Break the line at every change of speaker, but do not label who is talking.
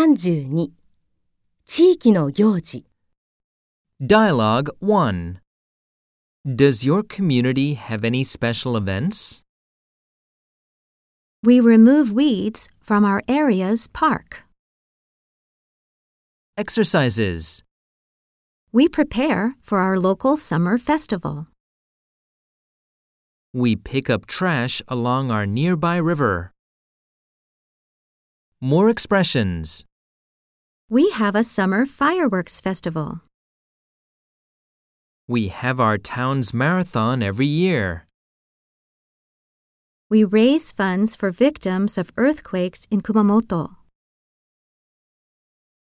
32地域の行事
Dialogue 1 Does your community have any special events?
We remove weeds from our area's park.
Exercises.
We prepare for our local summer festival.
We pick up trash along our nearby river. More expressions.
We have a summer fireworks festival.
We have our town's marathon every year.
We raise funds for victims of earthquakes in Kumamoto.